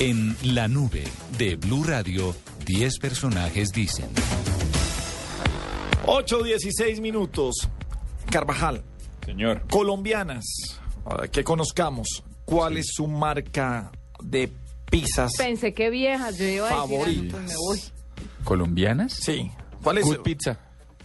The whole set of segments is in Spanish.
En la nube de Blue Radio, 10 personajes dicen. 8.16 minutos. Carvajal, Señor. colombianas, ah, que conozcamos, ¿cuál es su marca de pizzas Pensé que viejas, yo iba a decir, ah, Pues, no, pues favoritas? me voy. ¿Colombianas? Sí. ¿Cuál es? Good Pizza.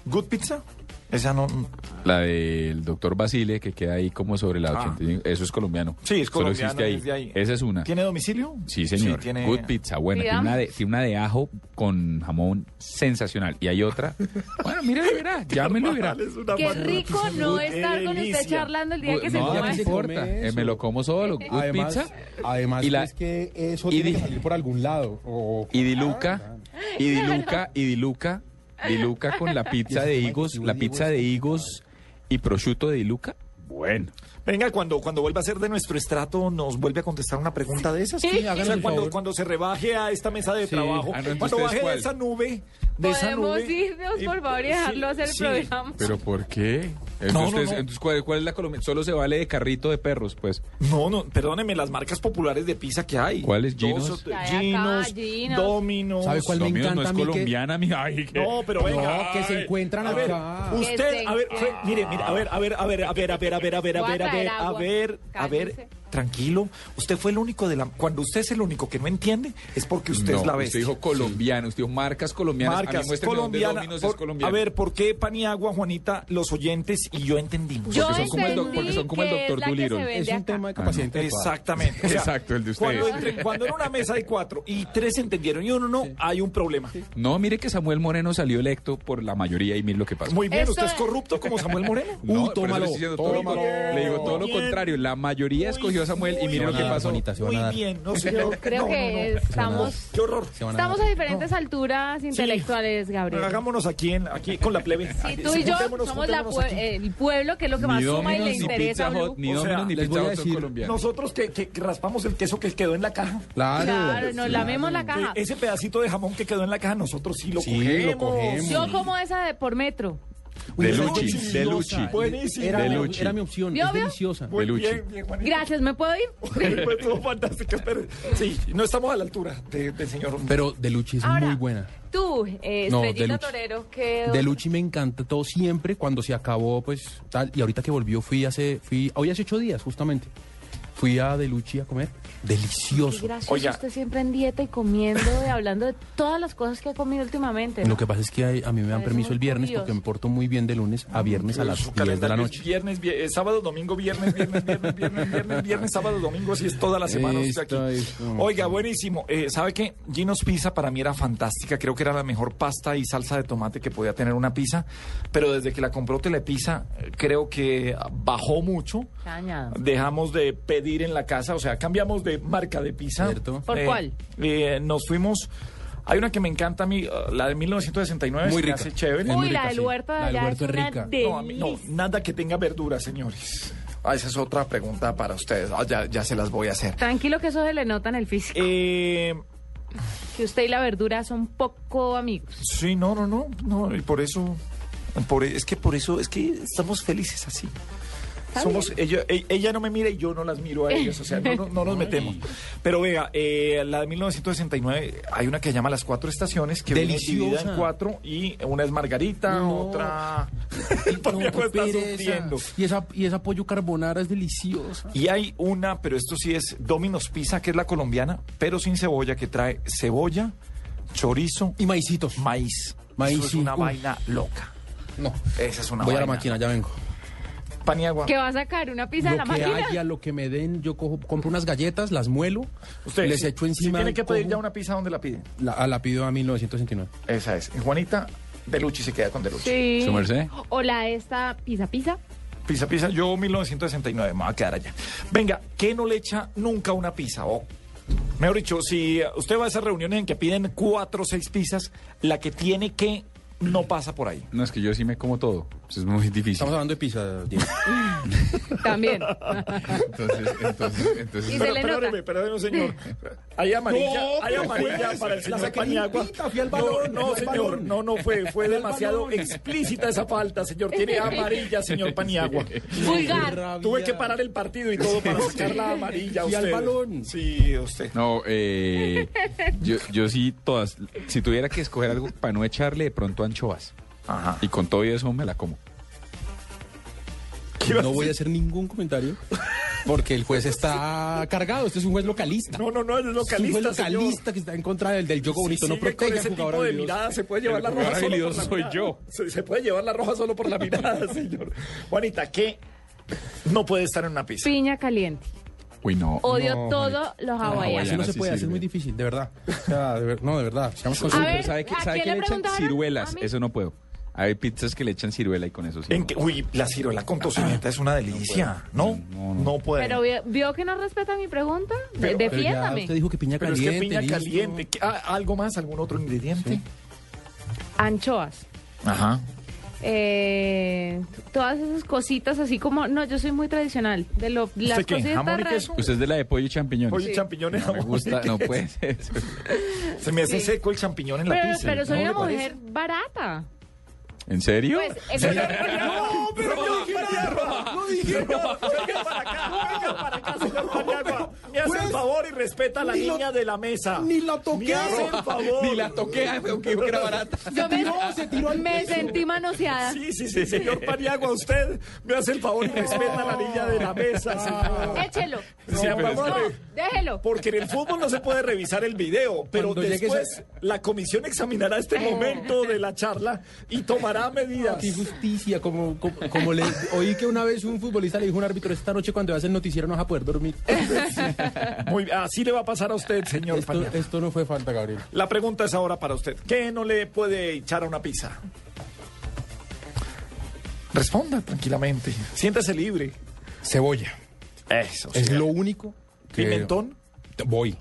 Good Pizza. Esa no. mm, La del doctor Basile, que queda ahí como sobre la Ah. 85. Eso es colombiano. Sí, es Solo colombiana, existe ahí. es de ahí. Esa es una. ¿Tiene domicilio? Sí, señor. tiene- Good Pizza, buena. Tiene Pidamos. una, de, tiene una de ajo con jamón sensacional. Y hay otra. bueno, mire, verá. Llámelo y verá. Carvajal es una Qué marca de rico pizzas. no Good, estar qué con delicia. usted charlando el día que se no, coma. no se importa. come Eh, me eso. lo como solo. Good Además, Pizza. además Y la- es que eso y tiene di- que salir por algún lado. O, Y diluca. Y diluca. Y diluca. Diluca con la pizza de higos. La pizza de higos y prosciutto de diluca. Bueno. Venga, cuando, cuando vuelva a ser de nuestro estrato, nos vuelve a contestar una pregunta de esas. Sí, O sea, háganos el cuando, favor. cuando se rebaje a esta mesa de trabajo, Ah, no, entonces cuando ¿ustedes baje de cuál? esa nube, de esa Podemos nube. irnos, y- por favor, y sí, dejarlo hacer sí. el programa. ¿Pero por qué? Entonces, No, no, ustedes- no. entonces, ¿cuál, cuál es la Colombia? Solo se vale de carrito de perros, pues. No, no, perdóneme, las marcas populares de pizza que hay. ¿Cuáles? Ginos. Dos o- Ya hay acá, Ginos, Ginos. Dominos. ¿Sabe cuál Lo me mío encanta no a es mí que- colombiana, mi ay, que- No, pero venga. No, que se encuentran a ver, acá. Que Usted, se a ver, fue- mire, mire, a ver, a ver, a ver, a ver, a ver, a ver, a ver, a Voy a ver, a ver, traer a agua. ver, a ver, Cálmese. tranquilo. Usted fue el único de la. Cuando usted es el único que no entiende, es porque usted No, es la Usted bestia. dijo colombiano, usted dijo marcas colombianas. a mí Marcas muéstreme dónde colombiana, Domino's por- es colombiano. A ver, ¿por qué Paniagua, Juanita, los oyentes y yo entendimos? Yo son como el doc- entendí porque son como el que es doctor la que se Dolittle. vende es un acá. tema de no. capacidad intelectual. Exactamente. o sea, Exacto, el de ustedes. Cuando, entre- cuando en una mesa hay cuatro y tres entendieron y uno no, hay un problema. No, mire que Samuel Moreno salió electo por la mayoría y mire lo que pasó. Muy bien, Eso ¿usted es es. corrupto como Samuel Moreno? No, por eso le Uy, estoy tómalo, diciendo todo lo- tómalo. Le digo todo lo Muy bien. contrario. La mayoría escogió a Samuel y Muy mire lo que bien, pasó. bonita, se van a Muy dar. bien, no sé. yo- Creo no, que no, no. estamos, Qué horror. Se van a estamos a dar. diferentes alturas intelectuales, Gabriel. Hagámonos aquí, en, aquí con la plebe. Si tú y yo Juntémonos, somos la juntémonos pue- eh, aquí. el pueblo, que es lo que más Ni suma y le Domino's ni interesa Pizza a Blue. Hot, ni O sea, Domino's ni les voy Pizza a Hot son decir, colombianos. Nosotros que, que raspamos el queso que quedó en la caja. Eh, Claro. Claro, nos Sí. lamemos la caja. Ese pedacito de jamón que quedó en la caja, nosotros sí lo Sí, cogemos. lo cogemos. Yo como esa de por metro. De Uy, Luchi, deliciosa. de Luchi. Buenísimo. Era, De mi- Luchi. era mi opción, ¿Vio, es vio? deliciosa. Muy Belucci. bien, bien, Juanita. Gracias, ¿me puedo ir? Pues todo fantástico, espere. Sí, no estamos a la altura de- del señor. Pero Deluchi es muy buena. tú, eh, No, Estrellita Delucci. Torero, que... Deluchi me encanta todo siempre cuando se acabó, pues tal. Y ahorita que volvió, fui hace, fui, hoy hace ocho días, justamente. Fui a Deluchi a comer. Qué Delicioso. gracioso, Oiga. usted siempre en dieta y comiendo y hablando de todas las cosas que ha comido últimamente. ¿no? Lo que pasa es que hay- a mí me dan Parece permiso muy el viernes curioso. porque me porto muy bien de lunes a viernes a Su las 10 de la calendario es noche. Viernes, vie- eh, sábado, domingo, viernes, viernes, viernes, viernes, viernes, viernes, sábado, domingo, así es toda la semana. usted aquí. Esto es como- Oiga, buenísimo. Eh, ¿Sabe qué? Gino's Pizza para mí era fantástica. Creo que era la mejor pasta y salsa de tomate que podía tener una pizza. Pero desde que la compró Telepizza, eh, creo que bajó mucho. Caña. Dejamos de pedir en la casa, o sea, cambiamos de marca de pizza. Cierto. ¿Por Eh, cuál? eh, nos fuimos. Hay una que me encanta a mí, eh, la de 1969. se Muy me rica. hace chévere. Es Uy, muy la rica, del sí. huerto de La del allá huerto es es una rica. No, a mí- no, delicia. nada que tenga verduras, señores. Ah, esa es otra pregunta para ustedes. Ah, ya, ya se las voy a hacer. Tranquilo que eso se le nota en el físico. Eh, que usted y la verdura son poco amigos. sí, no, no, no, no. Y por eso, por- e, es que por eso, es que estamos felices así. Somos, ella, e- ella no me mira y yo no las miro a ellas, o sea, no, no- no nos metemos. Pero vea, eh, la de 1969, hay una que se llama Las Cuatro Estaciones, que viene Deliciosa. dividida en cuatro, y una es Margarita, No. otra... Ay, Porque no, me qué está pereza. sufriendo. ah, Y esa, y esa pollo carbonara es deliciosa. Y hay una, pero esto sí es Domino's Pizza, que es la colombiana, pero sin cebolla, que trae cebolla, chorizo, Y maicitos. maíz. Maíz, Eso es sí. una Uf. vaina loca. No. Esa es Eh, una Voy a vaina. la máquina, ya vengo. Paniagua. ¿Que va a sacar una pizza de Lo la que máquina? haya, lo que me den, yo cojo, compro unas galletas, las muelo, Usted, les si- echo Si encima. tiene que pedir cojo- ya una pizza, ¿dónde la pide? La, ah, la pido a 1969. Esa es. Y Juanita, Delucci se queda con Delucci. Sí. ¿Su merced? O la de esta pizza pizza. Pizza, pizza, yo 1969, me voy a quedar allá. Venga, ¿qué no le echa nunca una pizza? O, mejor dicho, si usted va a esas reuniones en que piden cuatro o seis pizzas, la que tiene que no pasa por ahí. No, es que yo sí me como todo. Eso es muy difícil. Estamos hablando de pizza, Diego. También. Entonces, entonces, entonces. Y se Pero le perdóneme, nota. perdóneme, señor. Hay amarilla, No, hay pero amarilla fue- para el la pues, la Paniagua. saqué fui al balón, no, no, fui al señor, balón. no, no fue. Fue demasiado balón. explícita esa falta, señor. Tiene amarilla, señor Paniagua. Vulgar. Tuve que parar el partido y todo para sacar la amarilla. a Y al usted. balón. Sí, usted. No, eh, yo, yo sí todas. Si tuviera que escoger algo para no echarle de pronto anchoas. Ajá. Y con todo y eso me la como. ¿Qué iba a No voy a decir? hacer ningún comentario porque el juez está cargado. Este es un juez localista. No, no, no, es es localista, un juez señor. localista que está en contra del, del yogo bonito. Si no sigue con protege ese al jugador tipo de habilidoso. mirada se puede llevar la roja jugador solo por habilidoso la soy mirada. yo. Se, se puede llevar la roja solo por la mirada, señor. Juanita, ¿qué? No puede estar en una pizza. Piña caliente. Uy, no. Odio No, todos los No, hawaianos. así no se sí puede, así es sirve. muy difícil, de verdad. O sea, de ver- no, de verdad. Seamos A conscientes. ver, ¿Sabe, qué, ¿a quién sabe qué le le echan? preguntaron? ¿A Ciruelas. mí? Eso no puedo. Hay pizzas que le echan ciruela y con eso sí. En no. que- uy, la ciruela con tocineta es una delicia, ¿no? No, puede. Pero vio, vio que no respeta mi pregunta. De- Pero- Pero ya defiéndame. usted dijo que piña Pero es caliente. que piña listo. caliente. ¿qué- ah, ¿Algo más? ¿Algún otro ingrediente? Anchoas. Ajá. Eh, todas esas cositas así como. No, yo soy muy tradicional. De lo, las qué? cositas ¿Jamón y raras- queso? Usted es de la de pollo y champiñones. Oye, champiñones. No me gusta, no puede ser. Se me hace Sí. seco el champiñón en la Pero, pizza. pero soy ¿no una le parece? mujer barata. ¿En serio? Pues, eso es lo que- No, pero yo dije roja. No dije roja. Venga para acá, venga para acá, señor Paniagua. Me hace el Pues, favor y respeta a la ni lo- niña de la mesa. Ni la toqué. Me hace el favor. Ni la toqué, ay, pero que dijo que era barata. yo me, se tiró al me sentí manoseada. Sí, sí, sí, señor Paniagua, usted me hace el favor y respeta a la niña de la mesa, señor. Échelo. O sea, pues, vamos a No, eh. ver. déjelo. Porque en el fútbol no se puede revisar el video, pero Cuando llegue después esa- la comisión examinará este momento de la charla y tomará medidas. Qué justicia, como, como, como le oí que una vez un futbolista le dijo a un árbitro, esta noche cuando veas el noticiero no vas a poder dormir. Muy bien, así le va a pasar a usted, señor Esto, Paniagua. esto no fue falta, Gabriel. La pregunta es ahora para usted. ¿Qué no le puede echar a una pizza? Responda tranquilamente. Siéntase libre. Cebolla. Eso. Es lo único que... ¿Pimentón? Voy.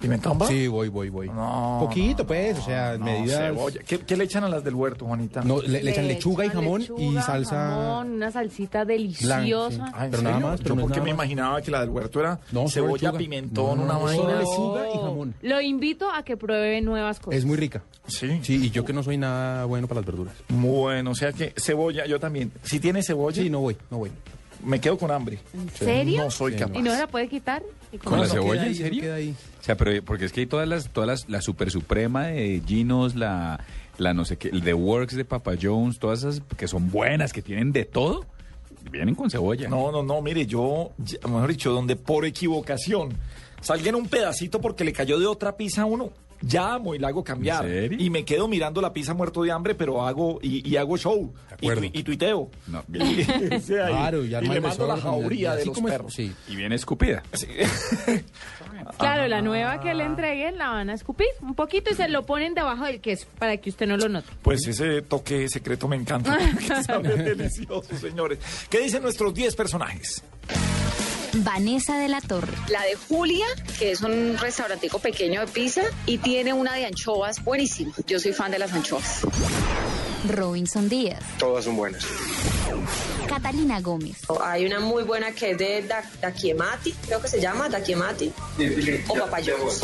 ¿Pimentón va? Sí, voy, voy, voy. No, Poquito, pues, o sea, No, medidas... cebolla. ¿Qué, qué le echan a las del huerto, Juanita? No, le, le echan lechuga y echan jamón y lechuga, salsa... jamón, una salsita deliciosa. sí. Ah, ¿en Pero nada serio? más, pero Yo no es porque nada me más. imaginaba que la del huerto era No, solo cebolla, lechuga. pimentón, No, una no, no, vaina. solo lechuga y jamón. Lo invito a que pruebe nuevas cosas. Es muy rica. Sí. Sí, y yo que no soy nada bueno para las verduras. Bueno, o sea que cebolla, yo también. Si tiene cebolla, Sí, no voy, no voy. me quedo con hambre. ¿En serio? No soy Sí, no. capaz. ¿Y no se la puede quitar? ¿Y ¿Con la No, no, cebolla? queda ahí, ¿En eso serio? queda ahí. O sea, pero porque es que hay todas las, todas las, la super suprema de Ginos, la, la no sé qué, el The Works de Papa Jones, todas esas que son buenas, que tienen de todo, vienen con cebolla. No, no, no, mire, yo, ya- mejor dicho, donde por equivocación salga en un pedacito porque le cayó de otra pizza a uno, llamo y la hago cambiar. ¿En serio? Y me quedo mirando la pizza muerto de hambre, pero hago y, y hago show. De Y, acuerdo. tu- y tuiteo. No. Y- o sea, y- Claro, y, ya le mando la jauría de los perros. Sí. Y viene escupida. Claro, la nueva que le entreguen la van a escupir un poquito y se lo ponen debajo del queso para que usted no lo note. Pues ese toque secreto me encanta. porque sabe delicioso, señores. ¿Qué dicen nuestros 10 personajes? Vanessa de la Torre, La de Julia, que es un restaurantico pequeño de pizza y tiene una de anchoas buenísima. Yo soy fan de las anchoas. Robinson Díaz, Todas son buenas. Catalina Gómez, Hay una muy buena que es de Da- Dakiemati, creo que se llama Dakiemati, o Papayones.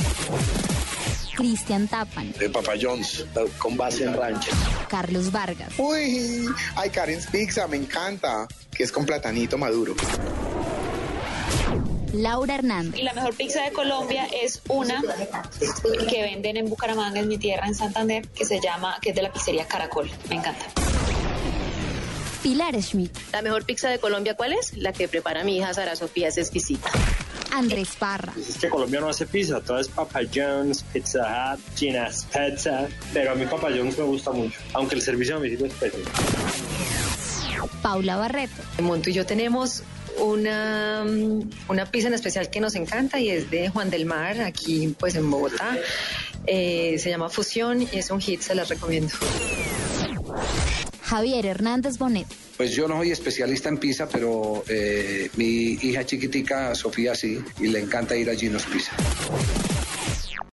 Cristian Tapan, De Papa John's, con base en rancho. Carlos Vargas, Uy, ay, Karen's Pizza, me encanta. Que es con platanito maduro. Laura Hernández, Y la mejor pizza de Colombia es una que venden en Bucaramanga, en mi tierra, en Santander, que se llama, que es de la pizzería Caracol. Me encanta. Pilar Schmidt, La mejor pizza de Colombia, ¿cuál es? La que prepara mi hija Sara Sofía, es exquisita. Andrés Parra, Es que Colombia no hace pizza, todo es Papa John's, Pizza Hut, China's Pizza. Pero a mí Papa John's me gusta mucho, aunque el servicio a domicilio es pésimo. Paula Barreto, Monto y yo tenemos una, mm, una pizza en especial que nos encanta y es de Juan del Mar, aquí pues en Bogotá. Eh, se llama Fusión y es un hit, se las recomiendo. Javier Hernández Bonet, Pues yo no soy especialista en pizza, pero eh, mi hija chiquitica, Sofía, sí, y le encanta ir a Gino's Pizza.